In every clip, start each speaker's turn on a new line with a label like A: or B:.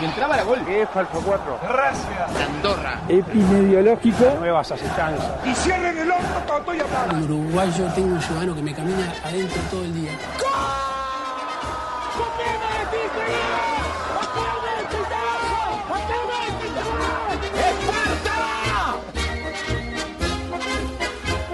A: Y entraba la gol.
B: Epidemiológico.
A: Y cierren el hombro cuando estoy hablando.
C: Un uruguayo tengo un ciudadano que me camina adentro todo el día.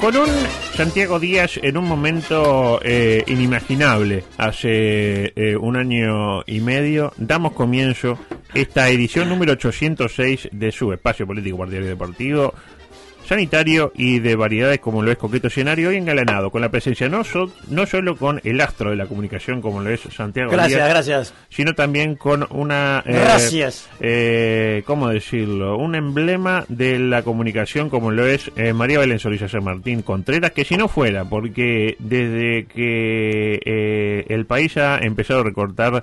D: Con un Santiago Díaz en un momento eh, inimaginable, hace eh, un año y medio, damos comienzo esta edición número 806 de su espacio político, partidario y deportivo, sanitario y de variedades como lo es Coqueto Escenario, hoy engalanado con la presencia no, so- no solo con el astro de la comunicación como lo es Santiago
E: Gracias,
D: Díaz,
E: gracias.
D: sino también con una... eh,
E: Gracias.
D: eh, ¿Cómo decirlo? Un emblema de la comunicación como lo es eh, María Belén Solís y San Martín Contreras, que si no fuera, porque desde que eh, el país ha empezado a recortar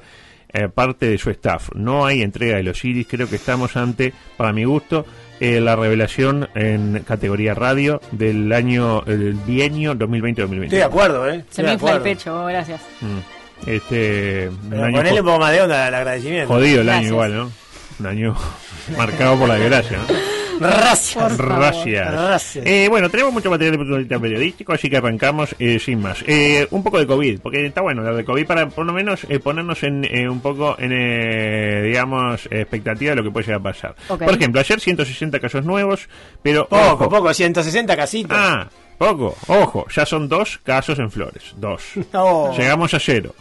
D: eh, parte de su staff, no hay entrega de los iris, creo que estamos ante, para mi gusto, eh, la revelación en categoría radio del año, el bienio 2020-2021.
E: Estoy de acuerdo, ¿eh.
F: Se
E: Estoy de
F: me infla el
E: acuerdo.
G: oh,
F: pecho, gracias.
D: Mm. Este, un
E: Pero
D: año
E: ponele
D: jo-
E: un poco más de onda al agradecimiento.
D: jodido el año
F: Gracias.
D: igual, ¿no? Un año marcado por la desgracia, ¿no?
E: Gracias.
D: Gracias.
E: Gracias.
D: Eh, bueno, tenemos mucho material periodístico, así que arrancamos eh, sin más. Eh, un poco de COVID, porque está bueno hablar de COVID para por lo menos eh, ponernos en, eh, un poco en, eh, digamos, expectativa de lo que puede llegar a pasar.
F: Ok.
D: Por ejemplo, ayer 160 casos nuevos, pero...
E: Poco,
D: ojo.
E: poco, 160 casitas.
D: Ah, poco. Ojo, ya son dos casos en Flores. Dos.
E: No.
D: Llegamos a cero.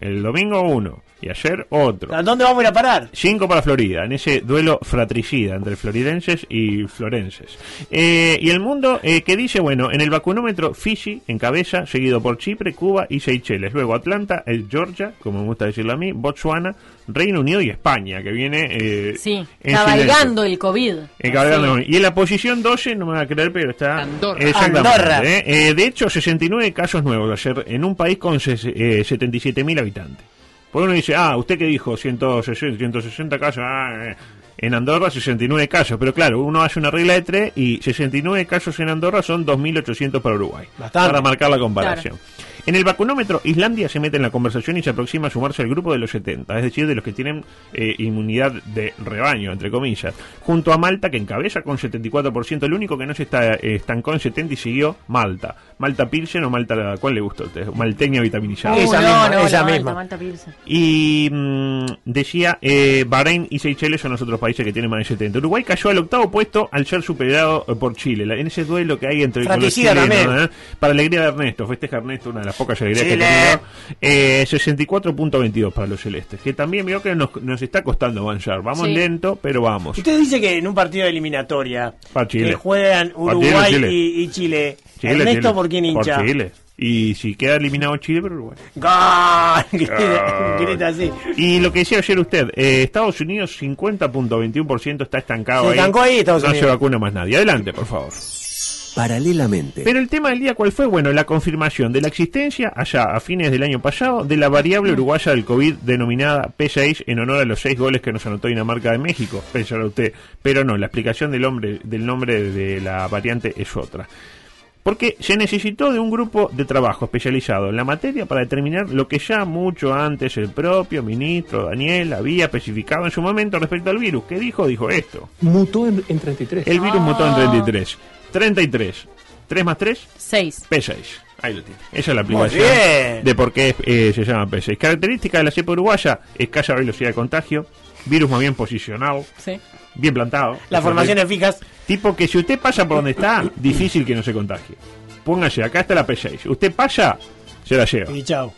D: El domingo uno y ayer otro.
E: ¿A dónde vamos a ir a parar?
D: Cinco para Florida, en ese duelo fratricida entre floridenses y florenses. Eh, y el mundo eh, que dice, bueno, en el vacunómetro Fiji en cabeza, seguido por Chipre, Cuba y Seychelles. Luego Atlanta, el Georgia, como me gusta decirlo a mí, Botswana, Reino Unido y España, que viene... eh,
F: Sí,
D: en silencio.
F: cabalgando el COVID.
D: Eh, cabalgando. Y en la posición 12, no me va a creer, pero está.
H: Andorra.
D: Exactamente,
E: Andorra.
D: eh. Eh, de hecho, 69 casos nuevos ayer en un país con ses- eh, 77.000 habitantes. Porque uno dice, ah, usted que dijo 160, 160 casos. ah, eh. En Andorra 69 casos, pero claro, uno hace una regla de 3 y 69 casos en Andorra son 2.800 para Uruguay.
E: Bastante.
D: Para marcar la comparación. En el vacunómetro, Islandia se mete en la conversación y se aproxima a sumarse al grupo de los 70, es decir, de los que tienen eh, inmunidad de rebaño, entre comillas. Junto a Malta, que encabeza con 74%, el único que no se está, eh, estancó en 70 y siguió Malta. Malta Pilsen o Malta, ¿cuál le gustó a usted? Malteña vitaminizada.
G: Eh,
F: Uy,
E: Esa
F: no,
E: misma,
F: no,
E: esa
F: la
E: misma.
F: Malta, Malta Pilsen.
D: Y mm, decía, eh, Bahrein y Seychelles son los otros países que tienen más de 70. Uruguay cayó al octavo puesto al ser superado eh, por Chile. La- en ese duelo que hay entre con los
E: Fratricida
D: chilenos,
E: también.
D: ¿eh? Para alegría de Ernesto, festeja Ernesto, una de las pocas alegrías
E: Chile.
D: que ha tenido. Eh, 64.22 para los celestes, que también veo que nos, nos está costando avanzar. Vamos
F: Sí.
D: lento, pero vamos.
E: Usted dice que en un partido de eliminatoria
D: Pa' Chile.
E: que juegan
D: Pa' Chile,
E: Uruguay
D: Chile.
E: Y, y Chile.
D: Chile,
E: Ernesto,
D: Chile.
E: ¿por quién hincha?
D: Por Chile. Y si queda eliminado Chile, pero Uruguay.
E: ¡Gol!
D: Ah.
E: Grita así.
D: Y lo que decía ayer usted, eh, Estados Unidos 50.21% está estancado
E: Se
D: ahí.
E: estancó ahí Estados
D: no se
E: Unidos.
D: vacuna más nadie. Adelante, por favor.
I: Paralelamente,
D: Pero el tema del día, ¿cuál fue? Bueno, la confirmación de la existencia, allá a fines del año pasado, de la variable uruguaya del COVID denominada P6 en honor a los seis goles que nos anotó Dinamarca de México, pensará usted. Pero no, la explicación del, hombre, del nombre de la variante es otra. Porque se necesitó de un grupo de trabajo especializado en la materia para determinar lo que ya mucho antes el propio ministro Daniel había especificado en su momento respecto al virus. ¿Qué dijo? Dijo esto.
B: Mutó en, en 33.
D: El virus
F: Ah.
D: mutó en 33. 33. 3 más 3,
F: Seis.
D: P6. Ahí lo tiene. Esa es la
E: Muy
D: aplicación
E: bien.
D: de por qué eh, se llama P6. Característica de la cepa uruguaya, escasa velocidad de contagio, virus más bien posicionado,
G: Sí.
D: bien plantado.
E: Las formaciones fijas.
D: Tipo que si usted pasa por donde está, difícil que no se contagie. Póngase, acá está la P6. Usted pasa, se la lleva.
E: Y chao.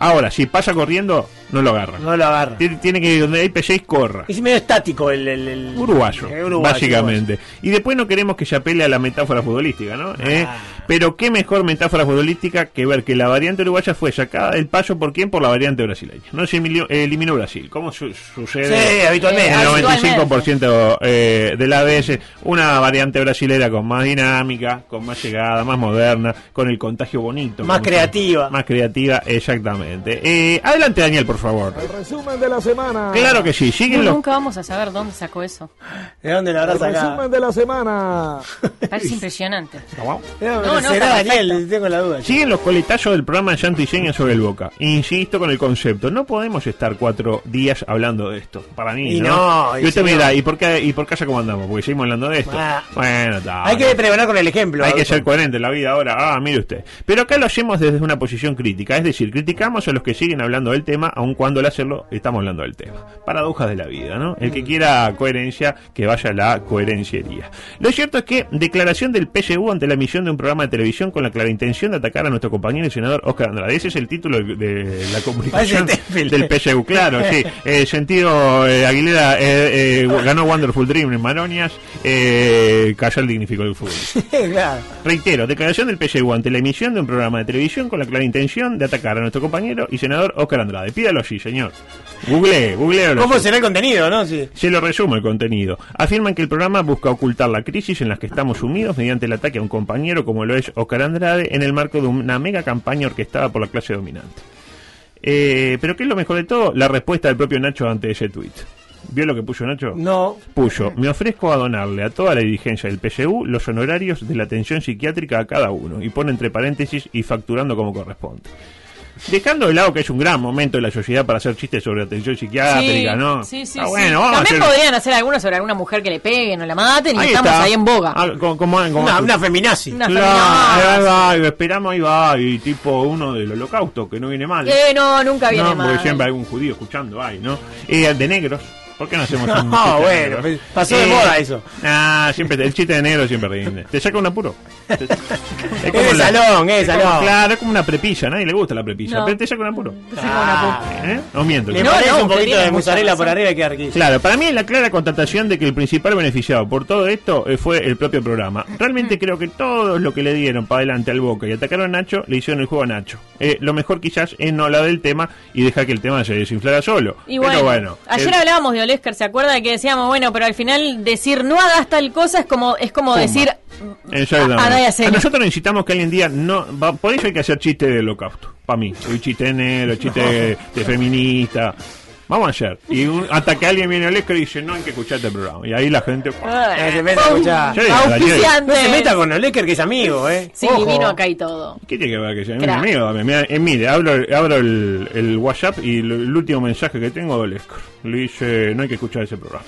D: Ahora, si pasa corriendo, no lo agarra.
E: No lo agarra.
D: Tiene, tiene que donde hay P6, corra.
E: Es medio estático el. el, el-
D: Uruguayo,
E: el uruguayo,
D: básicamente. Y después no queremos que se apele a la metáfora futbolística, ¿no? ¿Eh?
E: Ah.
D: Pero qué mejor metáfora futbolística que ver que la variante uruguaya fue sacada del paso por quién, por la variante brasileña. No se emilio- eh, eliminó Brasil. ¿Cómo su- sucede?
E: Sí, habitualmente.
G: Eh,
D: El
G: habitualmente.
D: 95% eh, de la ABS, una variante brasilera con más dinámica, con más llegada, más moderna, con el contagio bonito.
E: Más
D: como se-
E: creativa.
D: Más creativa, exactamente. Eh, adelante, Daniel, por favor.
A: El resumen de la semana.
D: Claro que sí, siguen los
G: Nunca vamos a saber dónde sacó eso.
E: ¿De dónde lo habrá
A: El
E: sacado?
A: resumen de la semana.
G: Parece impresionante.
E: No,
G: No, no,
E: será
G: está
E: Daniel, tengo la duda.
D: Siguen los coletazos del programa de Santo y Seña sobre el Boca. Insisto con el concepto, no podemos estar cuatro días hablando de esto. Para mí,
E: Y
D: ¿no?
E: no, y
D: y usted
E: si
D: me
E: no.
D: dirá, ¿y por, qué, ¿y por casa cómo andamos? Porque seguimos hablando de esto.
E: Ah.
D: Bueno, está.
E: Hay que pregonar con el ejemplo.
D: Hay que
E: Adolfo.
D: ser coherente en la vida ahora. Ah, mire usted. Pero acá lo hacemos desde una posición crítica. Es decir, criticamos a los que siguen hablando del tema, aun cuando al hacerlo estamos hablando del tema. Paradojas de la vida, ¿no?
E: Mm.
D: El que quiera coherencia, que vaya a la coherenciería. Lo cierto es que declaración del PSU ante la emisión de un programa de televisión con la clara intención de atacar a nuestro compañero y senador Oscar Andrade. Ese es el título de la comunicación
E: Parece Tenfield.
D: del PSU, claro, sí. Eh, sentido eh, Aguilera eh, eh, ganó Wonderful Dream en Maronias, eh, cayó el dignificó el fútbol.
E: claro.
D: Reitero, declaración del PSU ante la emisión de un programa de televisión con la clara intención de atacar a nuestro compañero y senador Oscar Andrade. Pídalo allí, señor. Google, googlealo.
E: ¿Cómo será el contenido, no? Sí.
D: Se lo resumo el contenido. Afirman que el programa busca ocultar la crisis en la que estamos sumidos mediante el ataque a un compañero como lo es Oscar Andrade en el marco de una mega campaña orquestada por la clase dominante. Eh, Pero ¿qué es lo mejor de todo? La respuesta del propio Nacho ante ese tuit. ¿Vio lo que puso Nacho?
E: No.
D: Puyo, me ofrezco a donarle a toda la dirigencia del PSU los honorarios de la atención psiquiátrica a cada uno, y pone entre paréntesis y facturando como corresponde. Dejando de lado que es un gran momento de la sociedad para hacer chistes sobre atención psiquiátrica,
G: sí,
D: ¿no?
G: sí, sí,
D: Está
G: sí.
D: bueno, vamos a
G: También
D: hacer-
G: podrían hacer algunos sobre alguna mujer que le peguen o la maten y
D: Ahí
G: estamos
D: está.
G: ahí en boga.
D: Ah, como- como- como-
E: Una, una feminazi.
G: Una-
D: Claro,
G: feminazi.
D: ahí va, ahí va, esperamos, ahí va, y tipo uno del holocausto, que no viene mal.
G: Eh, no, nunca viene
D: no,
G: mal.
D: porque siempre hay algún judío escuchando ahí, ¿no? Eh, de negros. ¿Por qué no hacemos un chiste
E: No,
D: de
E: Ah, bueno, pues,
D: negros? Eh,
E: pasó de moda eso.
D: Ah, siempre, el chiste de negro siempre rinde. Te saca un apuro. Te- es
E: de
D: la-
E: salón, es de
D: como-
E: salón.
D: Claro, es como una prepilla, a nadie le gusta la prepilla,
G: No.
D: pero te saca un apuro.
G: Te saca una
E: Ah.
G: puta.
D: ¿Eh? No miento.
E: Le
G: No,
E: parece
G: no,
E: un
G: usted
E: poquito
G: tiene
E: de
G: mucha
E: mozzarella por
G: razón.
E: arriba y queda riquísimo.
D: Claro, para mí es la clara constatación de que el principal beneficiado por todo esto eh, fue el propio programa. Realmente creo que todos lo que le dieron para adelante al Boca y atacaron a Nacho, le hicieron el juego a Nacho. Eh, lo mejor quizás es no hablar del tema y dejar que el tema se desinflara solo.
G: Y
D: Pero
G: bueno,
D: bueno.
G: ayer
D: eh,
G: hablábamos de Olesker, ¿se acuerda de que decíamos, bueno, pero al final decir no hagas tal cosa es como es como
D: Pumba.
G: decir
D: Exactamente.
G: a- a Daya Sena.
D: nosotros necesitamos que alguien día no. va- por eso hay que hacer chiste de holocausto. Para mí. Un chiste de negro, chiste de, de feminista. Vamos a hacer. Y un, hasta que alguien viene al Oscar y dice: No hay que escuchar este programa. Y ahí la gente.
E: Eh, se meta a
G: ¡Pum!
E: escuchar.
D: Sí, Daniel.
E: No
G: Auspiciantes.
E: se meta con Olesker, que es amigo, ¿eh?
G: Sí,
E: Ojo.
G: vino acá y todo.
D: ¿Qué tiene que ver que sea mi
G: Crack.
D: amigo? Me- me- eh, mire, abro, abro el, el WhatsApp y el, el último mensaje que tengo del Oscar. Le dice: No hay que escuchar ese programa.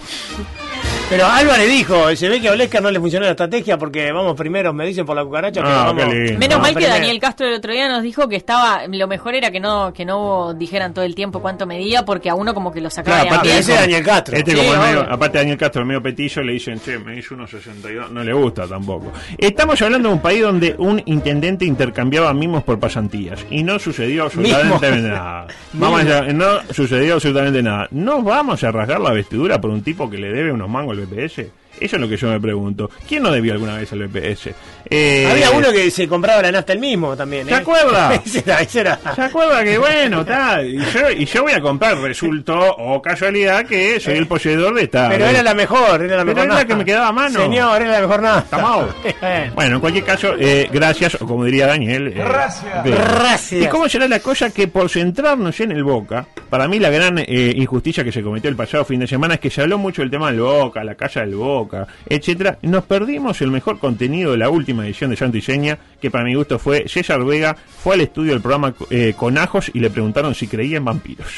E: Pero Álvarez dijo, se ve que a Olesker no le funcionó la estrategia porque vamos primero, me dicen por la cucaracha, pero
D: Ah,
E: vamos...
D: qué lindo.
G: Menos
D: No,
G: mal que
E: primero.
G: Daniel Castro el otro día nos dijo que estaba lo mejor era que no que no dijeran todo el tiempo cuánto medía porque a uno como que lo sacaba
D: Claro, aparte
G: de
E: Ese
G: ambiente.
E: es Daniel Castro.
D: Este
E: Sí,
D: como el
E: obvio.
D: medio- aparte Daniel Castro, el medio petillo, le dicen, che, me hizo unos 62, no le gusta tampoco. Estamos hablando de un país donde un intendente intercambiaba mimos por pasantías y no sucedió absolutamente
E: Mimos.
D: nada. Vamos a- no sucedió absolutamente nada. ¿No vamos a rasgar la vestidura por un tipo que le debe unos mangos al BPS? Eso es lo que yo me pregunto. ¿Quién no debió alguna vez al BPS? Eh,
E: Había uno que se compraba la nafta el mismo también, ¿eh?
D: ¿Se acuerda?
E: ese era, ese era.
D: ¿Se acuerda que bueno, está? Y yo, y yo voy a comprar, resultó, o casualidad, que soy el poseedor de esta.
E: Pero era la mejor, era
D: Pero
E: la mejor
D: era la
E: nafta.
D: que me quedaba a mano.
E: Señor, era la mejor nafta.
D: Está mal. Bueno, en cualquier caso, eh, gracias, o como diría Daniel. eh,
A: Gracias.
D: de-
E: Gracias.
D: ¿Y cómo será la cosa que por centrarnos en el Boca, para mí la gran eh, injusticia que se cometió el pasado fin de semana es que se habló mucho del tema del Boca, la casa del Boca, etcétera Nos perdimos el mejor contenido de la última edición de Santo y Seña, que para mi gusto fue César Vega, fue al estudio del programa eh, con Ajos y le preguntaron si creía en vampiros.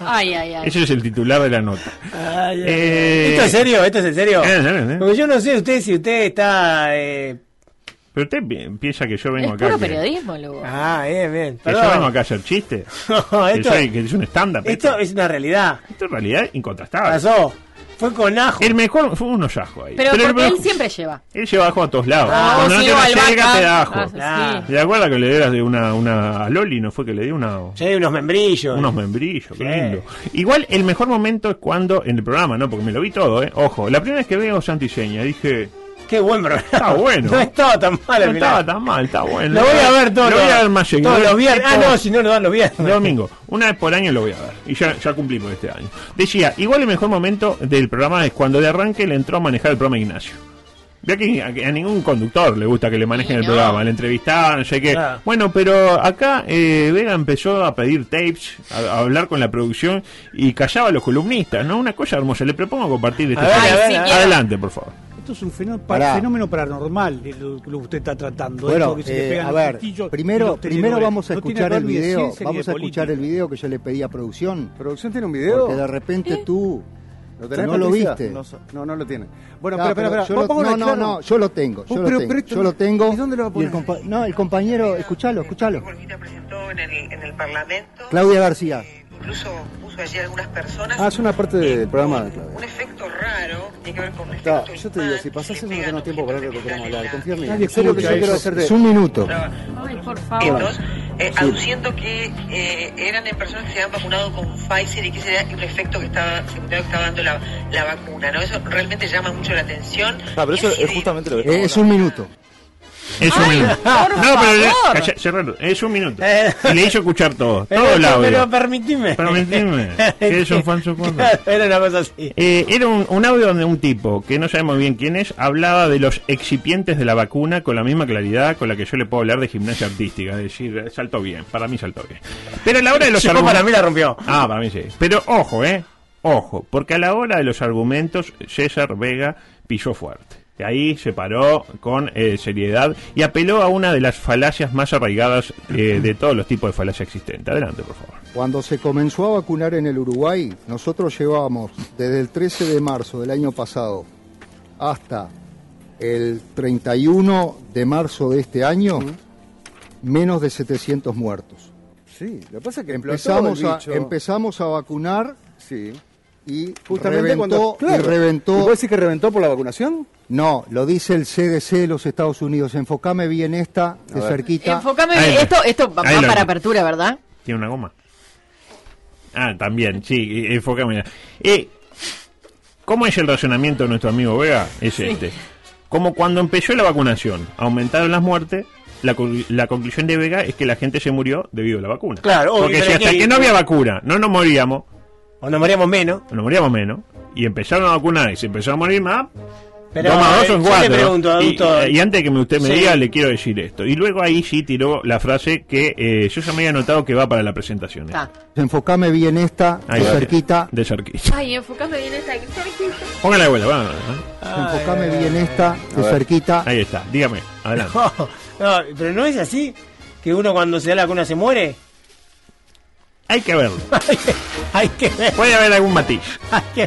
G: Ay, ay, ay.
D: Ese es el titular de la nota. Eh,
E: ¿Esto es serio? ¿Esto es en serio?
D: Eh, eh, eh.
E: Porque yo no sé usted si usted está eh,
D: Pero usted pi- piensa que yo vengo
G: Es
D: acá.
G: puro
D: que-
G: periodismo, luego.
E: Ah, bien, bien.
D: Que yo vengo
E: Perdón.
D: acá a hacer chistes.
E: No,
D: que,
E: esto,
D: soy- que es un stand-up.
E: esto es una realidad.
D: Esto en realidad es incontrastable.
E: Pasó. Fue con ajo.
D: El mejor fue un hallazgo ahí.
G: Pero,
D: el
G: porque
D: mejor-
G: él siempre lleva.
D: él lleva ajo a todos lados.
G: Ah,
D: Cuando
G: vos
D: no
G: sí,
D: te
G: o al
D: la llega,
G: vaca.
D: te da ajo.
G: Ah, sí.
E: Claro.
D: ¿Te acuerdas que le dieras de una, una a Loli? ¿No fue que le dio una,
E: Sí, unos membrillos.
D: unos membrillos? Qué
E: Sí.
D: lindo. Igual el mejor momento es cuando en el programa, ¿no? Porque me lo vi todo, ¿eh? Ojo, la primera vez que veo Santiseña dije.
E: Qué buen programa.
D: Está bueno.
E: No estaba tan mal al
D: No
E: final.
D: estaba tan mal, está bueno.
E: Lo voy a ver todo.
D: Lo voy a ver más seguido.
E: Todos los viernes. Ah,
D: Todos-
E: no, si no lo dan los viernes.
D: Domingo, una vez por año lo voy a ver. Y ya, ya cumplimos este año. Decía, igual el mejor momento del programa es cuando de arranque le entró a manejar el programa Ignacio. Ya que a, a ningún conductor le gusta que le manejen
G: Y
D: el
G: no.
D: programa, le entrevistaban, no sé qué.
E: Ah.
D: Bueno, pero acá eh, Vega empezó a pedir tapes, a, a hablar con la producción y callaba a los columnistas, ¿no? Una cosa hermosa, le propongo compartir este
E: A ver,
D: tema.
E: a ver, Ay, sí, a ver.
G: quiero.
D: Adelante, por favor.
F: Esto es un fenómeno,
J: Pará.
F: fenómeno paranormal de lo que usted está tratando.
J: Bueno,
F: esto que se le
J: eh,
F: pegan
J: a
F: los
J: ver,
F: castillos y
J: primero,
F: los
J: primero
F: telenovelas.
J: vamos a
F: No tiene
J: escuchar
F: que
J: el
F: ver ni de
J: video,
F: ciencia ni
J: vamos
F: de
J: a escuchar
F: política.
J: el video que yo le pedí a producción,
A: ¿Producción tiene un video?
J: porque de repente tú
A: ¿Lo Ah,
J: que no lo
A: Patricia?
J: viste.
A: No, so- no, no lo tiene. Bueno,
J: No,
A: espera, espera,
J: pero
A: espera.
J: yo lo-
A: Vamos a
J: no, no,
A: mezclarlo.
J: no, yo lo tengo, yo
A: Pero-
F: Uh,
J: lo
A: pero-
J: tengo,
A: pero esto
J: yo
A: no-
J: lo tengo.
A: ¿Y dónde lo va a
J: y el
A: poner?
J: compa- no, el compañero, escuchalo, escuchalo.
K: Gorgita presentó en el, en el Parlamento.
J: Claudia García.
K: Eh, Incluso puso allí algunas personas.
A: Ah, es una parte del programa de Claudia.
K: Un efecto raro tiene que ver con
A: Está,
K: respecto
A: yo te digo, si pasás eso no tenemos tiempo para lo que queremos hablar. Confía en mí. En serio que yo
J: Escucha,
A: quiero
J: es,
A: hacer de...
J: es un minuto.
G: Ay, por favor.
K: eh, aduciendo que eh, eran en personas que se habían vacunado con Pfizer y que ese era el efecto que estaba, secundario que estaba dando la, la vacuna, ¿no? Eso realmente llama mucho la atención.
L: Ah, pero eso
K: Y así
L: es
K: de-
L: justamente lo que
J: Eh, es un minuto.
D: Es un
G: Ay,
D: minuto.
G: por
D: No, pero le-
G: favor.
D: calla- cerralo, es un minuto.
E: Eh.
D: Y le hizo escuchar todo,
E: Pero,
D: todo el audio.
E: pero permitime.
D: Permitime, que es un falso cuadro.
E: Claro, Era una cosa así.
D: Eh, era un, un audio donde un tipo, que no sabemos bien quién es, hablaba de los excipientes de la vacuna con la misma claridad con la que yo le puedo hablar de gimnasia artística. Es decir, eh, saltó bien, para mí saltó bien. Pero a la hora de los
E: Yo
D: argumentos...
E: para mí la rompió.
D: Ah, para mí sí. Pero ojo, ¿eh? Ojo, porque a la hora de los argumentos, César Vega pisó fuerte. Y Ahí se paró con eh, seriedad y apeló a una de las falacias más arraigadas eh, de todos los tipos de falacia existente. Adelante, por favor.
J: Cuando se comenzó a vacunar en el Uruguay, nosotros llevábamos desde el 13 de marzo del año pasado hasta el 31 de marzo de este año menos de 700 muertos.
A: Sí, lo que pasa es que explotó
J: Empezamos
A: el
J: a,
A: bicho.
J: empezamos a vacunar
A: Sí.
J: y
A: Justamente
J: reventó,
A: cuando...
J: y reventó-
A: ¿Puedes decir que reventó por la vacunación?
J: No, lo dice el CDC de los Estados Unidos. Enfocame bien esta, de cerquita.
G: Enfócame.
D: Ahí lo-
G: Esto, esto va
D: ahí lo-
G: para apertura, ¿verdad?
D: ¿Tiene una goma? Ah, también, sí, eh, enfócame. Eh, ¿Cómo es el razonamiento de nuestro amigo Vega? Es este. Como cuando empezó la vacunación, aumentaron las muertes, la, con- la conclusión de Vega es que la gente se murió debido a la vacuna.
E: Claro, obvio,
D: Porque si
E: pero
D: hasta
E: que-
D: que no había vacuna, no nos moríamos,
E: O nos moríamos menos.
D: nos moríamos menos, y empezaron a vacunar y se empezó a morir más,
E: Pero
D: Dos más dos
E: eh,
D: son
E: yo
D: cuatro.
E: le pregunto, adulto.
D: Y, y antes que me- usted me
E: Sí.
D: diga, le quiero decir esto. Y luego ahí sí tiró la frase que eh, yo ya me había anotado que va para la presentación. eh.
G: Está.
J: Enfocame bien esta,
D: Ahí
J: de
D: va.
J: cerquita.
D: De cerquita.
G: Ay, enfócame bien esta aquí.
D: Póngale vuelta, va, va.
J: Enfocame bien esta, de cerquita.
D: Ahí está, dígame, adelante.
E: No, no, pero no es así que uno cuando se da la vacuna se muere.
D: Hay que verlo.
E: Hay que ver.
D: Puede haber algún matiz.
E: Hay que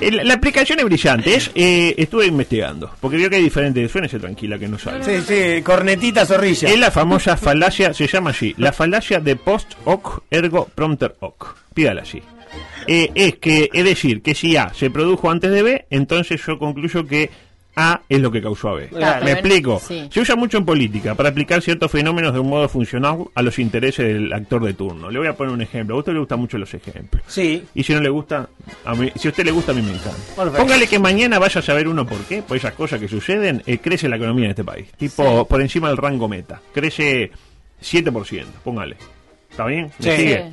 D: Eh, La, la aplicación es brillante. Es, eh, estuve investigando. Porque veo que hay diferentes. Suénese tranquila que no sabe.
E: Sí, sí, cornetita zorrilla.
D: Es la famosa falacia, se llama así, la falacia de post hoc ergo prompter hoc. Pídala así. Eh, es que, es decir, que si A se produjo antes de B, entonces yo concluyo que A es lo que causó a B.
E: Claro.
D: Me explico.
G: Sí.
D: Se usa mucho en política para aplicar ciertos fenómenos de un modo funcional a los intereses del actor de turno. Le voy a poner un ejemplo. A usted le gustan mucho los ejemplos.
E: Sí.
D: Y si no le gusta, a mí, si a usted le gusta, a mí me encanta.
E: Perfecto.
D: Póngale que mañana vaya a saber uno por qué, por esas cosas que suceden, eh, crece la economía en este país. Tipo, por encima del rango meta. Crece 7%, póngale. ¿Está bien? ¿Me
E: Sí.
D: sigue?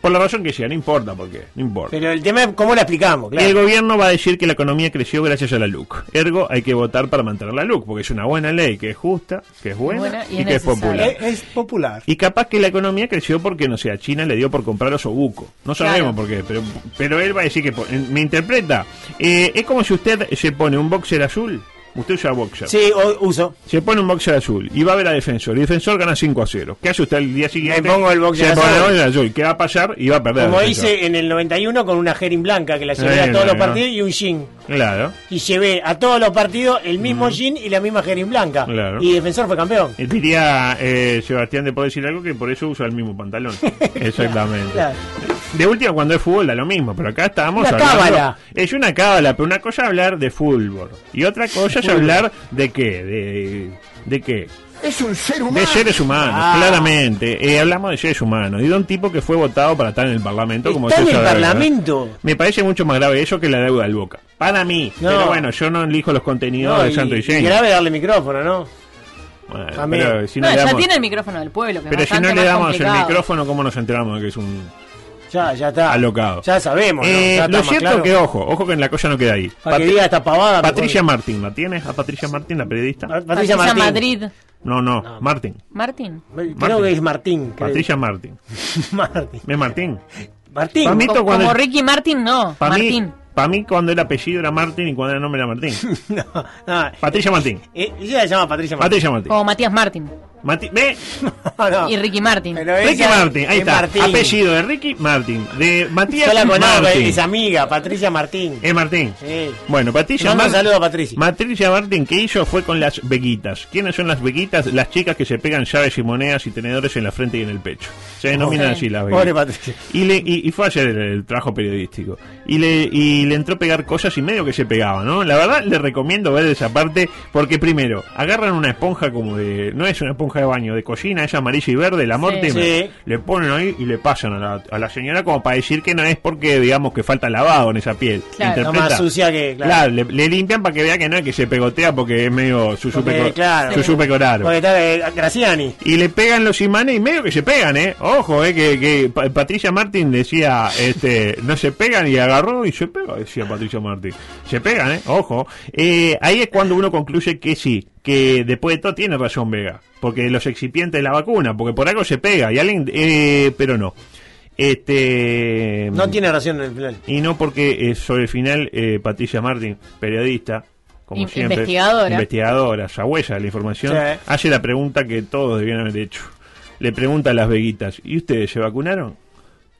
D: Por la razón que sea, no importa por qué, no importa.
E: Pero el tema es cómo la explicamos,
D: Y el
E: claro.
D: gobierno va a decir que la economía creció gracias a la LUC. Ergo, hay que votar para mantener la LUC, porque es una buena ley, que es justa, que es buena,
G: Buena y
D: y,
G: es
D: que es
G: necesaria.
D: popular.
E: Es, Eh, es popular.
D: Y capaz que la economía creció porque, no sé, a China le dio por comprar osobuco. No sabemos
G: Claro.
D: por qué, pero, pero él va a decir que... po- Me interpreta. Eh, es como si usted se pone un boxer azul Usted usa boxer.
E: Sí, o- uso.
D: Se pone un boxer azul y va a ver a defensor. Y defensor gana 5 a 0. ¿Qué hace usted el día siguiente?
E: pongo el boxer
D: Se pone
E: azul.
D: el boxer azul. ¿Qué va a pasar? Y va a perder.
E: Como
D: Defensor.
E: hice en el 91 con una jerin blanca que la llevé a
D: Bueno,
E: todos los
D: bueno.
E: partidos y un jean.
D: Claro.
E: Y llevé a todos los partidos el mismo jean y la misma jerin blanca.
D: Claro.
E: Y defensor fue campeón.
D: Eh, Diría eh, Sebastián de poder decir algo que por eso usa el mismo pantalón. Exactamente.
E: Claro.
D: De última, cuando es fútbol da lo mismo, pero acá estábamos
E: Una
D: hablando-
E: cábala.
D: Es una cábala, pero una cosa es hablar de fútbol. Y otra cosa es hablar de qué, de, de qué.
J: Es un ser humano.
D: De seres humanos,
E: Ah.
D: claramente. Eh, hablamos de seres humanos y de un tipo que fue votado para estar en el Parlamento. Como
E: Está en
D: usted
E: el
D: sabe, ¿verdad?
E: Parlamento.
D: Me parece mucho más grave eso que la deuda del Boca. Para mí.
E: No.
D: Pero bueno, yo no elijo los contenidos
E: No,
D: de
E: y-
D: Santo
E: y
D: Diseño.
E: grave darle micrófono, ¿no?
D: Bueno,
E: También.
D: pero si no,
G: No,
D: le
G: ya
D: damos,
G: tiene el micrófono del pueblo. Que
D: pero
G: es
D: si no
G: bastante
D: le
G: más
D: damos el
G: complicado.
D: micrófono, ¿cómo nos enteramos de que es un
E: Ya, ya está.
D: alocado?
E: Ya sabemos, ¿no?
D: Eh,
E: Ya está
D: lo
E: más
D: cierto
E: claro.
D: que, ojo, ojo que en la cosa no queda ahí.
E: Para que
D: Patri-
E: diga esta pavada.
D: Patricia
E: mejor.
D: Martín, ¿la tienes? ¿A Patricia Martín, la periodista?
E: Pat- Patricia
G: Patricia
E: Martín.
G: Madrid.
D: No, no, Martín.
G: Martín.
E: Creo
D: Martín.
E: que es Martín. creo.
D: Patricia Martín.
E: Martín.
D: ¿Es Martín?
E: Martín.
D: Pa' mí-
G: Como,
D: cuando-
G: como Ricky Martin, no.
D: Para mí,
G: Martín.
D: pa' mí cuando el apellido era Martín y cuando era el nombre era Martín.
E: No, no.
D: Patricia Martín.
E: Eh, ella se llama Patricia Martín.
D: Patricia Martín.
G: Como Matías Martin.
D: Mati- ¿Ve?
E: No,
D: Ah.
E: no.
G: Y Ricky Martin.
E: Pero
D: Ricky
E: esa
D: Martín, ahí
E: es
D: está.
E: Martín.
D: Apellido de Ricky Martín. De Matías
E: Yo la conozco,
D: Martín.
E: es amiga, Patricia Martín.
D: Es Martín.
E: Sí.
D: Bueno, Patricia
E: Le mando un
D: Martín.
E: saludo a Patricia.
D: Patricia Martín, que hizo fue con las veguitas. ¿Quiénes son las veguitas? Las chicas que se pegan llaves y monedas y tenedores en la frente y en el pecho. Se denominan
G: Pobre.
D: así las veguitas.
E: Pobre Patricia.
D: Y, le, y, y fue ayer el, el trabajo periodístico. Y le, y le entró a pegar cosas y medio que se pegaba, ¿no? La verdad, le recomiendo ver esa parte porque, primero, agarran una esponja como de. No es una esponja de baño, de cocina, es amarilla y verde, la Mortimer.
E: Sí.
D: Le ponen ahí y le pasan a la, a la señora como para decir que no es porque, digamos, que falta lavado en esa piel.
G: Claro.
D: Interpreta.
E: Está más sucia que- claro.
D: le, le limpian para que vea que no es que se pegotea porque es medio su
E: Porque,
D: supe
E: claro.
D: su supe coraro.
E: Porque está eh, Graciani.
D: Y le pegan los imanes y medio que se pegan, ¿eh? Ojo, ¿eh? Que, que Pa- Patricia Martín decía, este, no se pegan y agarró y se pega, decía Patricia Martín. Se pegan, ¿eh? Ojo. Eh, ahí es cuando uno concluye que sí, que después de todo tiene razón Vega, porque los excipientes de la vacuna, porque por algo se pega y alguien, eh, pero no. Este...
E: No tiene razón en el final.
D: Y no porque eh, sobre el final eh, Patricia Martín, periodista, como
G: In-
D: siempre,
G: investigadora.
D: investigadora, sabuesa de la información,
E: Sí.
D: hace la pregunta que todos debían haber hecho. Le pregunta a las veguitas, ¿y ustedes se vacunaron?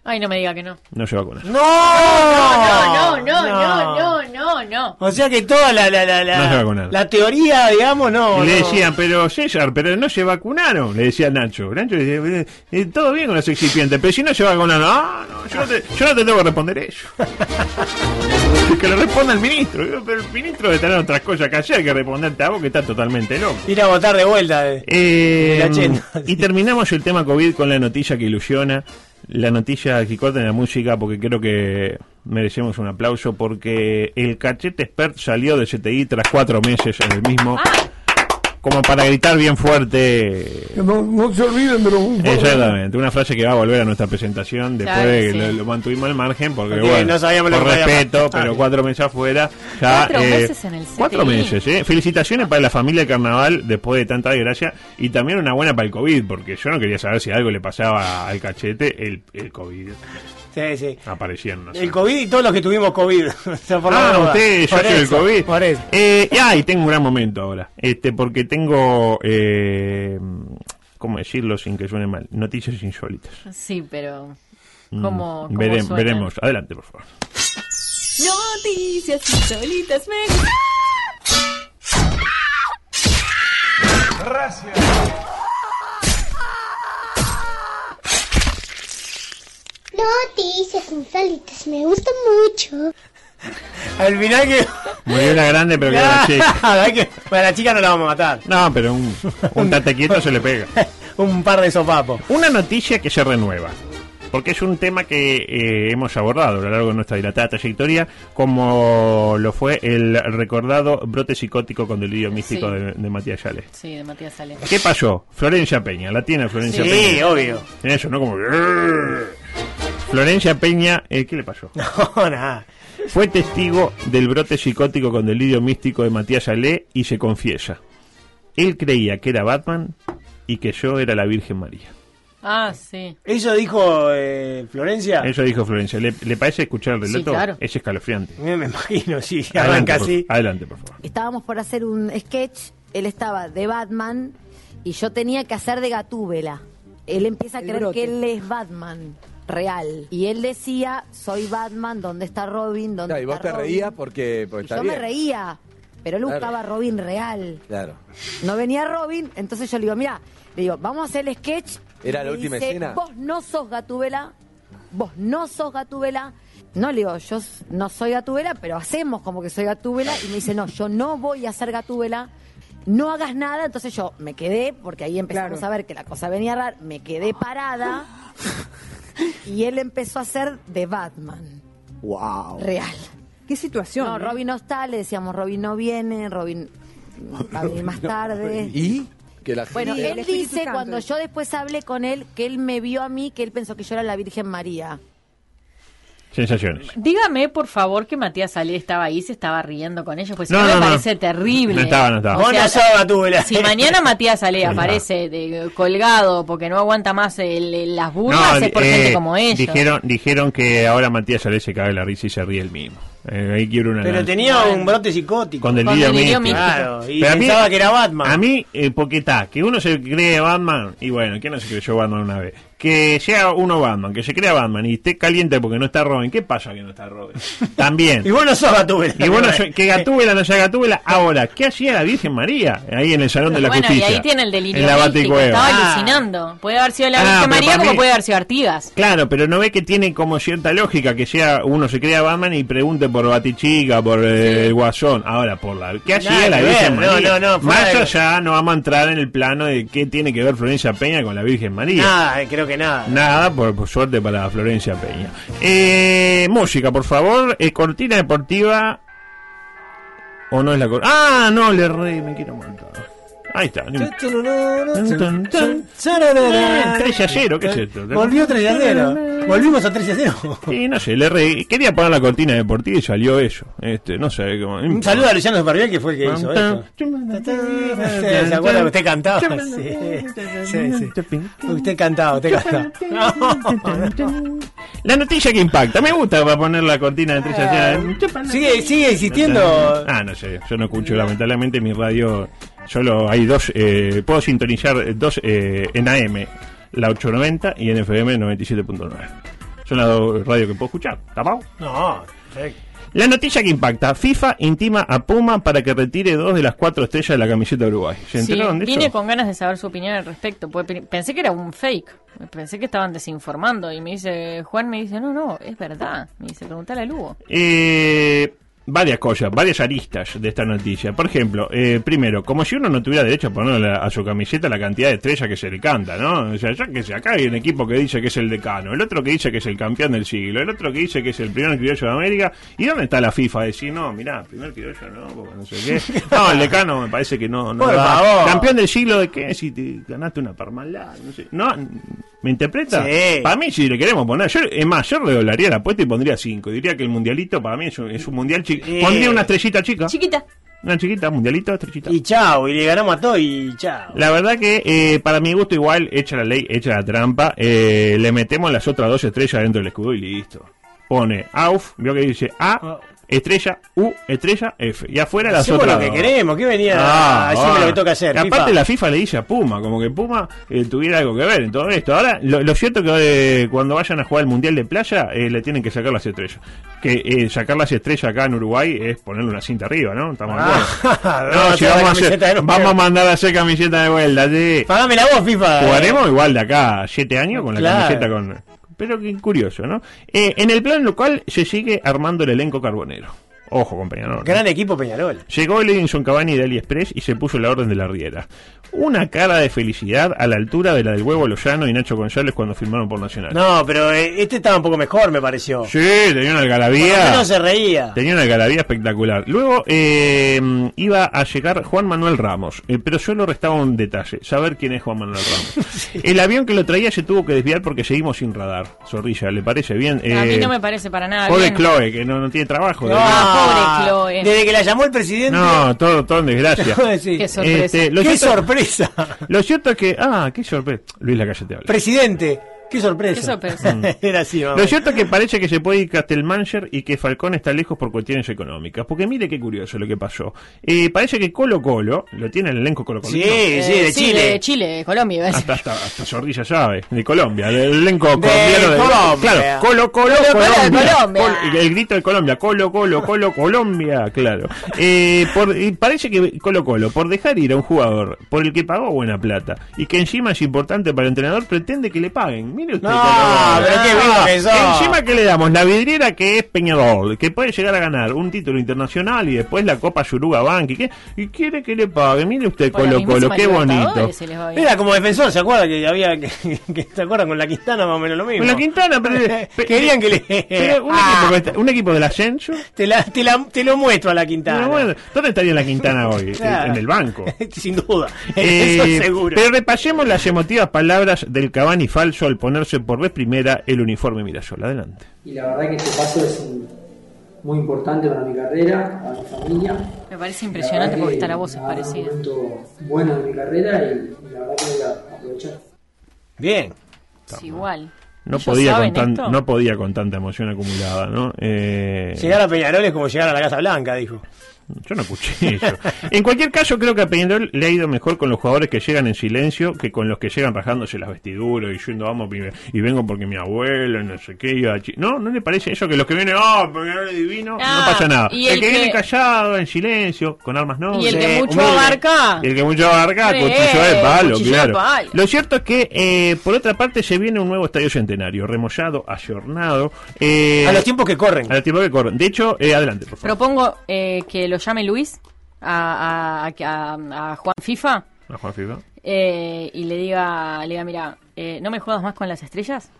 G: Ay, no me diga que no.
D: No se vacunaron.
E: ¡No!
G: No, no, no, no, no, no, no.
E: O sea que toda la, la, la,
D: No se
E: la,
D: va con nada.
E: la teoría, digamos, no.
D: Y le
E: no.
D: decían, pero César, pero no se vacunaron, le decía Nacho. Nacho le decía, "Eh, todo bien con los excipientes, pero si no se vacunaron, ah, no, yo no te, yo no te tengo que responder eso. Es que lo responda el ministro, Digo, pero el ministro debe tener otras cosas que hacer que responderte a vos que está totalmente loco.
E: Ir a votar de vuelta. eh.
D: Eh,
E: Del 80.
D: y terminamos el tema COVID con la noticia que ilusiona, la noticia que corta en la música, porque creo que merecemos un aplauso, porque el cachete expert salió de CTI tras cuatro meses en el mismo, como para gritar bien fuerte.
F: No, no se olviden de los
D: Exactamente, una frase que va a volver a nuestra presentación después
G: Claro,
D: de que
G: sí.
D: lo, lo mantuvimos al margen porque,
E: Porque
D: bueno,
E: no sabíamos lo
D: por
E: que podía
D: respeto,
E: pasar. Ah,
D: pero cuatro meses afuera. Ya, eh,
G: Cuatro meses en el CTI.
D: Cuatro meses, ¿eh? Felicitaciones para la familia de Carnaval después de tanta desgracia y también una buena para el COVID porque yo no quería saber si algo le pasaba al cachete, el, el COVID
E: Sí, sí.
D: aparecía en una
E: El COVID y todos los que tuvimos COVID. O sea, por la
D: Ah,
E: duda.
D: usted, yo
E: Por
D: soy el
E: eso,
D: COVID.
E: Por eso.
D: Eh, y, ah, y tengo un gran momento ahora. Este, porque tengo, eh, ¿cómo decirlo sin que suene mal? Noticias insólitas.
G: Sí, pero. ¿Cómo, cómo
D: Vere-
G: suena?
D: Mm, veremos. Adelante, por favor.
G: Noticias insólitas me gustan.
L: Noticias insólitas, me gusta mucho.
E: Al final que.
D: Murió una grande, pero quedó una chica.
E: Hay que- Bueno, a la chica no la vamos a matar.
D: No, pero un, un tate quieto se le pega.
E: Un par de sopapos.
D: Una noticia que se renueva. Porque es un tema que eh, hemos abordado a lo largo de nuestra dilatada trayectoria, como lo fue el recordado brote psicótico con delirio místico
G: Sí.
D: de, de Matías Yales.
G: Sí, de Matías Sale.
D: ¿Qué pasó? Florencia Peña, la tiene Florencia
E: Sí,
D: Peña.
E: obvio.
D: Eso, ¿no? Como... Florencia Peña, eh, ¿qué le pasó?
E: No, nada.
D: Fue testigo del brote psicótico con delirio místico de Matías Alé y se confiesa. Él creía que era Batman y que yo era la Virgen María.
G: Ah, sí.
E: Eso dijo eh, Florencia.
D: Eso dijo Florencia. ¿Le, le parece escuchar el
E: Sí,
D: relato?
E: claro.
D: Es escalofriante.
E: Me imagino, sí.
D: Adelante,
E: arranca
D: por-
E: así.
D: adelante, por favor.
M: Estábamos por hacer un sketch, él estaba de Batman y yo tenía que hacer de Gatúbela. Él empieza a
N: El
M: creer
N: brote.
M: que él es Batman real. Y él decía, soy Batman, ¿dónde está Robin? ¿Dónde
O: Claro, y
M: está
O: vos te
M: Robin?".
O: reías porque, porque
M: Y
O: está
M: yo
O: bien.
M: me reía, pero él
O: Claro.
M: buscaba a Robin real.
O: Claro.
M: No venía Robin, entonces yo le digo, mira, le digo, vamos a hacer el sketch.
O: Era
M: Y
O: la
M: me
O: última
M: dice,
O: escena.
M: Vos no sos Gatúbela, vos no sos Gatúbela. No, le digo, yo s- no soy Gatúbela, pero hacemos como que soy Gatúbela. Y me dice, no, yo no voy a ser Gatúbela. No hagas nada, entonces yo me quedé, porque ahí empezamos
N: Claro.
M: a ver que la cosa venía rara, me quedé parada y él empezó a ser de Batman.
N: Wow.
M: Real. ¿Qué situación? No, Robin no está, le decíamos, Robin no viene, Robin va a venir más tarde.
O: ¿Y? Que la
M: Bueno,
O: gente-
M: él dice, cuando yo después hablé con él, que él me vio a mí, que él pensó que yo era la Virgen María.
D: Sensaciones.
G: Dígame, por favor, que Matías Ale estaba ahí, se estaba riendo con ellos, pues
D: No,
G: no, me
D: no, no.
G: parece terrible.
D: No estaba, no estaba.
G: O
D: Vos
G: sea,
D: no sos Gatúbela.
G: Si mañana Matías Ale
D: No.
G: aparece de- colgado porque no aguanta más el- el- las burlas,
D: No,
G: es por
D: eh,
G: gente como ellos.
D: Dijeron, dijeron que ahora Matías Salé se caga en la risa y se ríe el mismo. Eh, ahí quiero una.
E: Pero
D: nada.
E: tenía un brote psicótico.
D: Con delirio místico.
E: Claro, y
D: Pero a mí-
E: pensaba que era Batman.
D: A mí, eh, porque está, que uno se cree Batman, y bueno, ¿quién no se creyó Batman una vez? Que sea uno Batman, que se crea Batman y esté caliente porque no está Robin, ¿qué pasa que no está Robin? También.
E: Y vos no sos Gatúbela.
D: Y bueno, que Gatúbela no sea Gatúbela. Ahora, ¿qué hacía la Virgen María ahí en el Salón de la
G: bueno,
D: Justicia?
G: y ahí tiene el delirio
D: En la
G: místico,
D: Baticueva.
G: estaba alucinando. Puede haber sido la
D: Ah,
G: Virgen
D: pero
G: María
D: para
G: como
D: mí-
G: puede haber sido Artigas.
D: Claro, pero no ve que tiene como cierta lógica que sea uno se crea Batman y pregunte por Batichica, por eh, el Guasón, ahora por la... ¿Qué
E: Nada
D: hacía la
E: que ver,
D: Virgen
E: no,
D: María?
E: no, no, fuera
D: Más
E: de-
D: allá no vamos a entrar en el plano de qué tiene que ver Florencia Peña con la Virgen María.
E: Nada, eh, creo que nada.
D: Nada, por, por suerte para Florencia Peña. Eh, música, por favor, eh, cortina deportiva... ¿O no es la cor- Ah, no, le re, me quiero montar. Ahí está. ni un- Eh, 3 a 0, ¿qué es esto?
E: Eh, Volvió 3 a 0. Volvimos a 3 a 0.
D: Y no sé, le re- quería poner la cortina deportiva y salió eso. Este, no sé cómo.
E: Un saludo a Luciano Superviel que fue el que hizo eso. ¿Se acuerda que usted cantaba? Sí, sí, sí. Usted cantaba, usted cantaba.
D: La noticia que impacta. Me gusta para poner la cortina de eh, 3 a
E: Eh.
D: 0.
E: ¿Sigue, sigue existiendo?
D: Ah, no sé, yo no escucho, lamentablemente mi radio solo hay dos, eh, puedo sintonizar eh, dos eh, en AM, la 890 y en FM 97.9. Son las dos radios que puedo escuchar, ¿tapado?
E: No, perfecto.
D: La noticia que impacta, FIFA intima a Puma para que retire dos de las cuatro estrellas de la camiseta de Uruguay. ¿Se
G: Sí,
D: enteraron de
G: vine
D: eso?
G: con ganas de saber su opinión al respecto. porque pe- Pensé que era un fake. Pensé que estaban desinformando. Y me dice, Juan me dice, no, no, es verdad. Me dice, preguntale a Lugo.
D: Eh, varias cosas, varias aristas de esta noticia. Por ejemplo, eh, primero, como si uno no tuviera derecho a ponerle a su camiseta la cantidad de estrellas que se le canta, ¿no? O sea, ya que se acá hay un equipo que dice que es el decano, el otro que dice que es el campeón del siglo, el otro que dice que es el primer criollo de América. ¿Y dónde está la FIFA? Decir, no, mirá, primer criollo no, porque no sé qué. No, el decano me parece que no. no
E: Por
D: da.
E: favor.
D: Campeón del siglo de qué? Si te ganaste una parmalada, no sé. No, ¿me interpreta?
E: Sí.
D: Para mí, si le queremos poner, yo, es más, yo redoblaría la apuesta y pondría 5. Diría que el mundialito para mí es un, es un mundial chico.
E: Sí.
D: Pondría una estrellita chica.
G: Chiquita.
D: Una chiquita, mundialito, estrellita.
E: Y chao, y le ganamos a todos y chao.
D: La verdad que eh, para mi gusto igual, echa la ley, echa la trampa, eh, le metemos las otras dos estrellas dentro del escudo y listo. Pone AUF, vio que dice A, estrella, U, estrella, F. Y afuera las
E: Ah. Hacemos
D: otras
E: lo que
D: dos.
E: queremos, que venía
D: Ah,
E: a decirme
D: ah.
E: lo que toca hacer.
D: Y aparte
E: FIFA.
D: la FIFA le dice a Puma, como que Puma eh, tuviera algo que ver en todo esto. Ahora, lo, lo cierto que eh, cuando vayan a jugar el Mundial de Playa, eh, le tienen que sacar las estrellas. Que eh, sacar las estrellas acá en Uruguay es ponerle una cinta arriba, ¿no? Estamos de acuerdo. No,
E: vamos
D: si
E: a hacer Ah, la
D: vamos, a hacer-
E: camiseta de los
D: vamos a
E: peores.
D: mandar a hacer camiseta de vuelta. sí.
E: Pagame la voz, FIFA.
D: Jugaremos igual de acá a 7 años con la
E: Claro.
D: camiseta con... Pero qué curioso, ¿no? Eh, en el plan local se sigue armando el elenco carbonero. Ojo, compañero. ¿no?
E: Gran equipo Peñarol.
D: Llegó el Edinson Cavani de AliExpress y se puso la orden de la riera. Una cara de felicidad a la altura de la del huevo Lozano y Nacho González cuando firmaron por Nacional.
E: No, pero eh, este estaba un poco mejor, me pareció.
D: Sí, tenía una algarabía.
E: no se reía.
D: Tenía una algarabía espectacular. Luego eh, iba a llegar Juan Manuel Ramos, eh, pero solo restaba un detalle, saber quién es Juan Manuel Ramos. El avión que lo traía se tuvo que desviar porque seguimos sin radar. Zorrilla, ¿le parece bien?
G: a mí
D: Eh,
G: no me parece para nada
D: Pobre
G: bien.
D: Chloe, que no, no tiene trabajo.
G: Ah, Pobre Chloe.
E: Desde que la llamó el presidente.
D: No, todo, todo en desgracia. Este,
E: Sí.
G: Qué sorpresa.
D: lo
E: ¡Qué
D: cierto-
E: sorpresa!
D: Lo cierto es que. Ah, qué sorpresa. Luis Lacalle te habla.
E: Presidente, qué sorpresa.
G: Qué sorpresa.
E: Era así, mamá.
D: Lo cierto es que parece que se puede ir Castelmanger y que Falcón está lejos por cuestiones económicas. Porque mire qué curioso lo que pasó. Eh, parece que Colo Colo, lo tiene el elenco Colo Colo.
E: Sí, sí, de
G: Eh, sí,
E: Chile.
G: de Chile, de Colombia. iba a decir.
D: Hasta, hasta, hasta Zorrilla sabe, de Colombia, del elenco colombiano.
E: Colombia.
D: Claro, Colo, Colo,
G: Colo, Colo de
D: Colombia.
G: Colombia.
D: Col- el grito de Colombia, Colo, Colo, Colo, Colombia, claro. Eh, por- y parece que Colo, Colo, por dejar ir a un jugador por el que pagó buena plata y que encima es importante para el entrenador, pretende que le paguen. Mire usted,
E: No,
D: Colo, Colo.
E: pero qué vivo que sos.
D: Encima que le damos la vidriera que es Peñarol, que puede llegar a ganar un título internacional y después la Copa Yuruga Bank y, que, y quiere que le paguen. Mire usted,
G: Por la
D: Colo, Colo,
G: mismísima
D: qué
G: Libertadores
D: bonito.
G: se les va bien.
E: Era como defensor, ¿se acuerda que había que, que- ¿se acuerdan con la Quintana más o menos lo mismo?
D: Con la Quintana, pero- eh, pe-
E: querían que le
D: Pero un,
E: Ah,
D: equipo que está- un equipo del ascenso.
E: te, la- te la- te lo muestro a la Quintana.
D: Pero bueno, ¿Dónde estaría la Quintana hoy?
E: Claro.
D: En el banco.
E: Sin duda,
D: Eh,
E: eso seguro.
D: pero repasemos las emotivas palabras del Cavani falso al ponerse por vez primera el uniforme Mirasol. Adelante.
N: Y la verdad que este paso es un- muy importante para mi carrera, para mi familia.
G: Me parece impresionante porque está la voz es
N: La verdad que
G: parecida.
N: Es un momento bueno de mi carrera y la verdad que voy a aprovechar.
E: Bien.
G: Es igual.
D: No
G: ¿Ellos
D: podía,
G: saben
D: con tan-
G: esto?
D: no podía con tanta emoción acumulada, ¿no? Eh,
E: Llegar a Peñarol es como llegar a la Casa Blanca, dijo.
D: Yo no escuché eso. En cualquier caso, creo que a Peñarol le ha ido mejor con los jugadores que llegan en silencio que con los que llegan rajándose las vestiduras y yendo, vamos, y, y vengo porque mi abuelo, no sé qué, iba a chi- No, no le parece eso que los que vienen, oh, Peñarol es divino,
G: Ah,
D: no pasa nada.
G: y
D: el,
G: el
D: que, viene
G: que-
D: callado, en silencio, con armas no.
G: Y el que
E: Sí,
G: mucho
E: humilde.
G: abarca.
D: Y el que mucho abarca,
G: Sí,
D: cuchillo de palo,
G: cuchillo de
D: claro.
G: palo.
D: Lo cierto es que, eh, por otra parte, se viene un nuevo estadio centenario, remollado, ayornado. eh,
E: a los tiempos que corren.
D: a los tiempos que corren. De hecho, eh, adelante, por favor.
G: Propongo eh, que lo llame Luis a, a- a- a Juan FIFA
D: A Juan Fiba.
G: eh, y le diga, le diga mira, eh, no me jodas más con las estrellas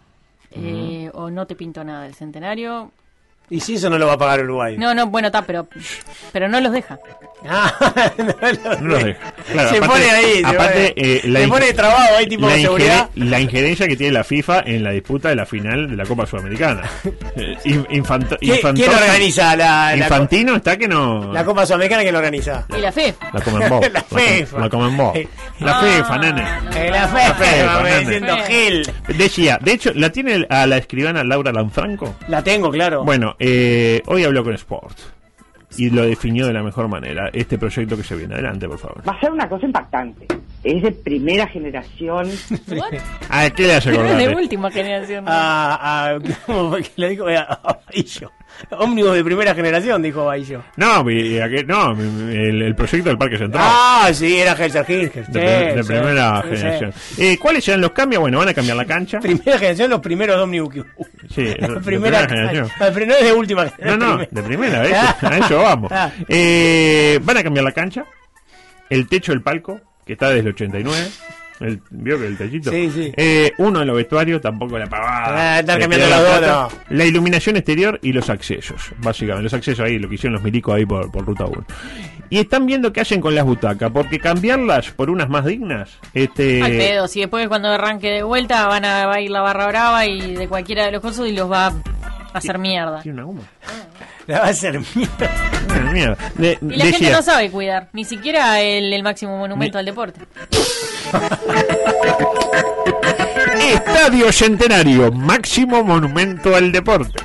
G: eh, o no te pinto nada del centenario.
E: Y si eso no lo va a pagar Uruguay.
G: No, no, bueno, está, pero, pero no los deja.
E: Ah, no lo
D: No los
E: sé.
D: deja. Claro,
E: se
D: aparte-
E: pone ahí. se
D: aparte,
E: pone-
D: eh, la
E: se
D: inge-
E: pone trabado ahí, tipo
D: la,
E: de seguridad.
D: ingere- la injerencia que tiene la FIFA en la disputa de la final de la Copa Sudamericana. Eh, in- infanto-
E: ¿Quién-
D: infanto-
E: quién organiza la- la
D: Infantino está que no.
E: La Copa Sudamericana que lo organiza.
G: Y la fe.
D: La Comenbol.
E: La FIFA.
D: La Comenbol. La
G: Ah,
D: FIFA, nene.
E: Eh, la
D: La fe,
E: fe, me
D: Fernández.
E: diciendo
G: Fe.
E: Gil.
D: Decía, de hecho, ¿la tiene a la escribana Laura Lanfranco?
E: La tengo, claro.
D: Bueno, eh, hoy habló con Sport. Y lo definió de la mejor manera, este proyecto que se viene. Adelante, por favor.
O: va a ser una cosa impactante. Es de primera generación.
G: What?
D: ¿A Ah, qué le hace
G: Pero es de
D: acordar?
G: última generación. ¿no?
P: Ah,
E: a, a- ¿cómo fue que le dijo? Eh, A Baillo. Ómnibus de primera generación, dijo Baillo.
D: No, mi- a qué- no mi- mi- el, el proyecto del Parque Central.
E: Ah, sí, era Helser Hilger.
D: de, prim- de primera generación. Eh, ¿Cuáles serán los cambios? Bueno, van a cambiar la cancha.
E: Primera generación, los primeros ómnibus que hubo.
D: Sí, de- de
E: La
D: primera,
E: primera
D: generación.
E: La primera es de última
D: No,
E: generación.
D: no, de primera, ¿eh? a eso vamos.
E: Ah.
D: Eh, van a cambiar la cancha, el techo del palco, que está desde el 89. El, ¿Vio que el techito?
E: Sí, sí.
D: Eh, uno en los vestuarios, tampoco la pavada.
E: Ah, están
D: Le
E: cambiando
D: tiraron
E: los
D: la
E: dos,
D: plata. La iluminación exterior y los accesos, básicamente. Los accesos ahí, lo que hicieron los milicos ahí por, por ruta 1. Y están viendo qué hacen con las butacas, porque cambiarlas por unas más dignas. Este,
P: eh.
G: Al pedo, si después cuando arranque de vuelta van a, va a ir la barra brava y de cualquiera de los cursos y los va a hacer mierda.
D: Tiene una goma.
E: La va a ser mierda.
D: Una mierda. De-
G: Y la gente
D: decía-
G: no sabe cuidar, ni siquiera el, el máximo monumento al deporte.
D: Estadio Centenario, máximo monumento al deporte.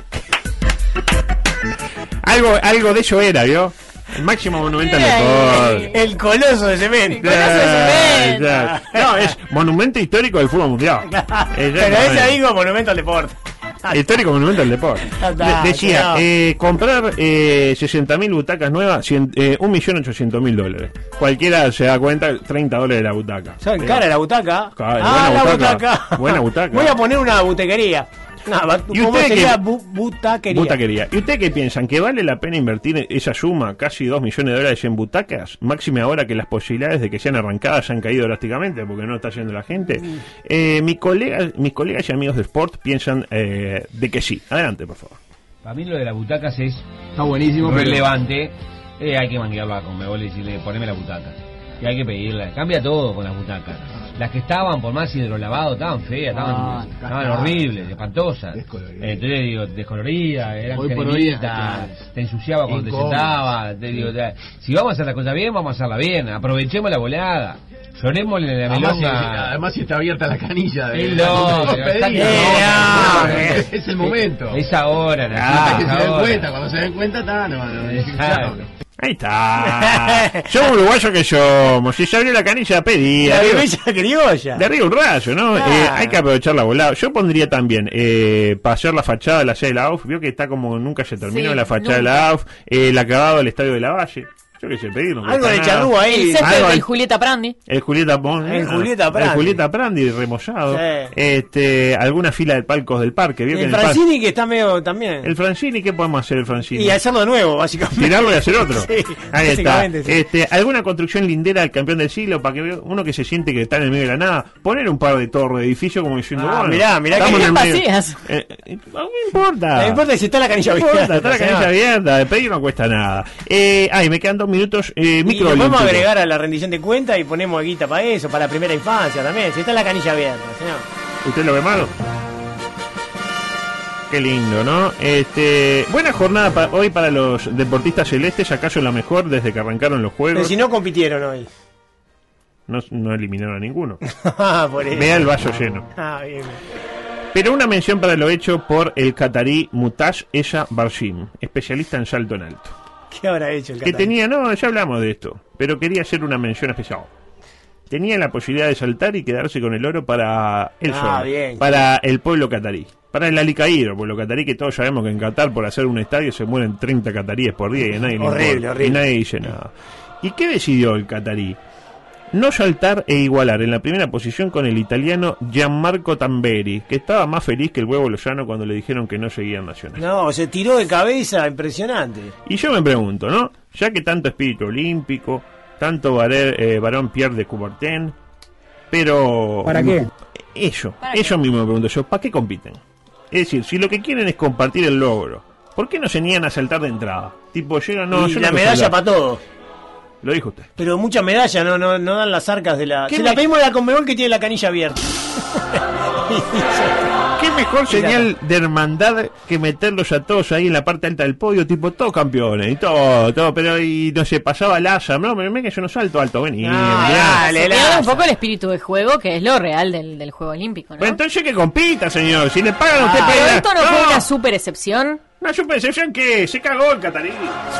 D: Algo, algo de eso era, ¿vio? El máximo monumento al deporte.
E: El coloso de cemento.
D: Eh, eh, No, es monumento histórico del fútbol mundial.
E: Pero ese digo monumento al deporte.
D: Histórico monumento al deporte.
E: Ya está,
D: De- decía,
E: cuidado.
D: eh, comprar eh, 60.000 butacas nuevas, cien- eh, 1.800.000 dólares. Cualquiera se da cuenta, 30 dólares la butaca.
E: ¿Saben?
D: Eh,
E: Cara la butaca.
D: Cara,
E: ah,
D: buena
E: la
D: butaca.
E: butaca.
D: Buena butaca.
E: Voy a poner una butequería. No, va-
D: ¿Y
E: ¿Cómo
D: usted
E: sería
D: qué?
E: bu- butaquería?
D: Butaquería. ¿Y ustedes qué piensan? ¿Que vale la pena invertir esa suma, casi 2 millones de dólares en butacas? Máxime ahora que las posibilidades de que sean arrancadas ya han caído drásticamente porque no está yendo la gente. Eh, mi colega, mis colegas y amigos de Sport piensan eh, de que sí. Adelante, por favor.
P: Para mí lo de las butacas es está buenísimo,
D: pero-
P: relevante. Eh, hay que manguearla con Mebol y decirle, poneme las butacas. Y hay que pedirla. Cambia todo con las butacas. Las que estaban, por más hidrolavado, estaban feas,
Q: Ah,
P: estaban, estaban
Q: cagadas.
P: horribles, espantosas.
Q: Descoloridas.
P: Entonces, digo, descoloridas, eran
Q: Hoy por hoy,
P: cremitas,
Q: claro.
P: te ensuciaba cuando te
Q: Incómodo.
P: sentabas. te digo, te- si vamos a hacer la cosa bien, vamos a hacerla bien. Aprovechemos la boleada. Llorémosle la
Q: Además, si,
P: melonga.
Q: además si está abierta la canilla de
P: Y no,
Q: no,
P: pero está-
Q: pedí,
P: Eh,
E: ah,
Q: no,
P: no,
Q: es,
P: eh.
Q: el momento.
P: Es ahora, Nachito,
Q: Hasta que
P: es
Q: se den
P: Ah, ahora.
Q: cuenta, cuando se den cuenta, está, no, no, no,
P: Exacto.
D: Ahí está. Somos uruguayos que somos. Si se abrió la canilla, pedí.
E: La
D: Arriba-
E: bebella criolla.
D: De arriba un rayo, ¿no?
E: Claro.
D: Eh, hay que aprovechar la volada. Yo pondría también, eh, para hacer la fachada de la sede de la AUF, vio que está como nunca se terminó
E: Sí,
D: la fachada de
E: nunca.
D: la AUF, eh, el acabado del estadio de la Valle. Yo qué sé, pedirlo.
E: Algo de charrúa ahí.
G: El césped
D: Algo
G: del
D: al-
G: Julieta Prandi.
D: el Julieta, Pon-
E: El
D: ah,
E: Julieta Prandi.
D: El Julieta Prandi remollado.
E: Sí.
D: Este, alguna fila de palcos del parque. Vio que
E: El
D: en el, parque-
E: Francini que está medio también.
D: el Francini, ¿qué podemos hacer el Francini?
E: Y hacerlo de nuevo, básicamente.
D: Tirarlo y hacer otro.
E: Sí,
D: Ahí está.
E: básicamente, sí.
D: Este, alguna construcción lindera al campeón del siglo para que vea- uno que se siente que está en el medio de la nada, poner un par de torres de edificio como diciendo,
E: Ah,
D: bueno,
E: mirá, mirá
D: estamos
E: que-
D: en el medio.
G: Vacías.
D: Eh, eh, no me importa.
E: No importa si está la canilla
D: No importa,
E: abierta,
D: Está la
E: señor.
D: canilla abierta, de pedir no cuesta nada. Eh, ay, me quedan dos minutos. Eh,
E: Y
D: micro
E: lo podemos
D: olímpico.
E: agregar a la rendición de cuentas y ponemos guita para eso, para la primera infancia también. Si está la canilla abierta, señor.
D: ¿Usted lo ve malo? Qué lindo, ¿no? Este, buena jornada pa- hoy para los deportistas celestes, acaso la mejor desde que arrancaron los
E: Pero
D: juegos.
E: si no compitieron hoy.
D: No, no eliminaron a ninguno.
E: Ah, por eso.
D: Vea el vaso lleno.
E: Ah, bien.
D: Pero una mención para lo hecho por el catarí Mutash Ella Barshim, especialista en salto en alto.
E: ¿Qué habrá hecho el
D: Que
E: catalán?
D: tenía, no, ya hablamos de esto, pero quería hacer una mención especial. Tenía la posibilidad de saltar y quedarse con el oro para el
E: Ah,
D: solo,
E: bien.
D: para el pueblo catarí, para el alicaído pueblo catarí, que todos sabemos que en Qatar por hacer un estadio se mueren 30 cataríes por día y a nadie, le
E: Horrible,
D: importa,
E: horrible.
D: Y nadie dice nada. ¿Y qué decidió el catarí? No saltar e igualar en la primera posición con el italiano Gianmarco Tamberi, que estaba más feliz que el huevo lozano cuando le dijeron que no seguía en Nacional.
E: No, se tiró de cabeza, impresionante.
D: Y yo me pregunto, ¿no? Ya que tanto espíritu olímpico, tanto varé- eh, varón Pierre de Coubertin, pero...
B: ¿Para qué?
D: Ellos, ellos mismos me pregunto yo, ¿para qué compiten? Es decir, si lo que quieren es compartir el logro, ¿por qué no se niegan a saltar de entrada? Tipo, llegan, no,
E: y
D: yo
E: la
D: no quiero
E: medalla
D: saltar.
E: para todo.
D: Lo dijo usted.
E: Pero mucha medalla, no, no, no dan las arcas de la.
D: ¿Qué
E: Se la
D: me-
E: pedimos a la Conmebol que tiene la canilla abierta.
D: ¿Qué mejor señal de hermandad que meterlos a todos ahí en la parte alta del podio, tipo todos campeones y todo, todo, pero y no sé, pasaba el Asa, no, me, me que yo no salto alto, vení,
E: Ah,
D: mirá.
G: Se pierde un poco el espíritu de juego, que es lo real del, del juego olímpico, ¿no?
D: Bueno, entonces que compita, señor. Si le pagan a usted
G: Pero
D: para ir a-
G: esto no,
D: no,
G: fue una super excepción.
D: una superexcepción que se cagó el Catarí.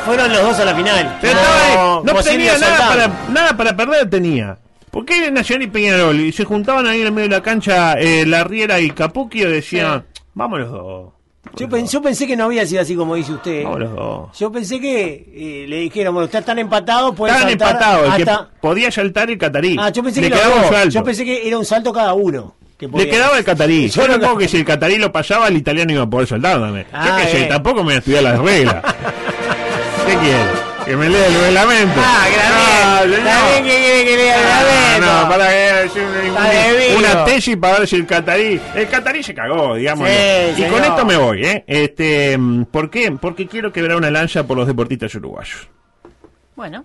E: Fueron los dos a la final.
D: Pero
E: Como-
D: estaba- no
E: como
D: tenía
E: Silvio
D: nada
E: Soldán.
D: para, nada para perder, tenía. ¿Por qué Nacional y Peñarol? Y se juntaban ahí en el medio de la cancha eh, La Riera y Capuqui y decían, vamos los dos,
E: Yo, pen- yo pensé que no había sido así como dice usted.
D: vamos los dos.
E: Yo pensé que eh, le dijeron, bueno, ustedes están empatados, pueden
D: Estaban
E: saltar
D: empatados, el que
E: hasta-
D: podía saltar el Catarí.
E: Ah, yo pensé,
D: Le
E: que los
D: quedaba un
E: dos.
D: salto.
E: yo pensé que era un salto cada uno. que podía.
D: Le quedaba el catarí. Yo
E: no-
D: supongo que si el catarí lo pasaba, el italiano iba a poder saltar también.
E: Ah,
D: Yo qué sé,
E: bien.
D: tampoco me voy a estudiar las reglas. ¿Qué quiere? Que me lea el reglamento.
E: Ah,
D: No,
E: grabé. Está
D: no.
E: bien que quiere que lea
D: Ah,
E: el
D: no,
E: graveto.
D: para que es un-
E: Está debido.
D: una tesis para ver si el catarí. El catarí se cagó, digamos.
E: Sí,
D: y
E: señor.
D: con esto me voy, ¿eh? Este, mm, ¿Por qué? Porque quiero quebrar una lanza por los deportistas uruguayos.
G: Bueno,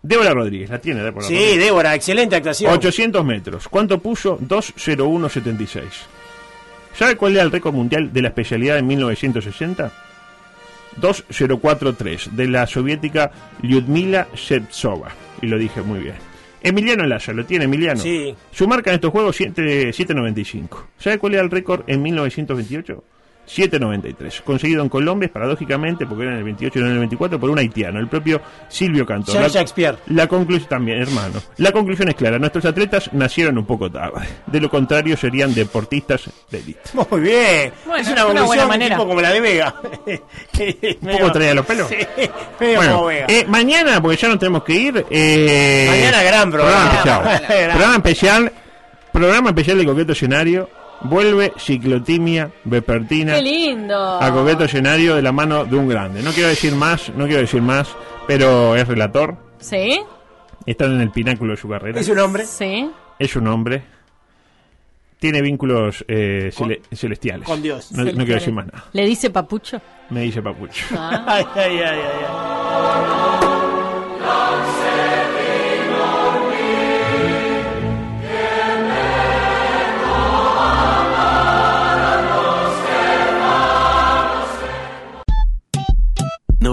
D: Débora Rodríguez, la tiene Débora
E: Sí,
D: Rodríguez.
E: Débora, excelente actuación.
D: 800 metros. ¿Cuánto puso? 2.01.76. ¿Sabe cuál era el récord mundial de la especialidad de 1960? 2.04.3 de la soviética Lyudmila Shevtsova. Y lo dije muy bien. Emiliano Laya, lo tiene Emiliano.
E: Sí.
D: Su marca en estos juegos siete- 7.95. ¿Sabe cuál era el récord en 1928? 7.93. Conseguido en Colombia, paradójicamente, porque era en el 28 y no en el 24, por un haitiano, el propio Silvio Cantor.
E: Jean
D: La-
E: Shakespeare.
D: la conclusión también, hermano. La conclusión es clara. Nuestros atletas nacieron un poco tarde. De lo contrario, serían deportistas de élite.
E: Muy bien.
G: Bueno,
E: es una,
G: una buena
E: evolución
G: manera.
E: tipo como la de Vega.
D: Un poco traía los pelos.
E: Sí, medio como
D: Bueno,
E: Vega.
D: eh, mañana, porque ya no tenemos que ir. eh,
E: Mañana gran programa.
D: especial.
E: Gran.
D: programa especial. Programa especial de Coqueto Escenario. Vuelve ciclotimia vespertina
G: qué lindo.
D: a Coqueto Escenario de la mano de un grande. No quiero decir más, no quiero decir más, pero es relator.
G: ¿Sí?
D: Están en el pináculo de su carrera.
E: ¿Es un hombre?
G: Sí.
D: Es un hombre. Tiene vínculos eh, cele- celestiales.
E: con Dios.
D: No, no quiero decir más nada.
G: ¿Le dice papucho?
D: Me dice Papucho.
G: Ah.
E: Ay, ay, ay, ay, ay.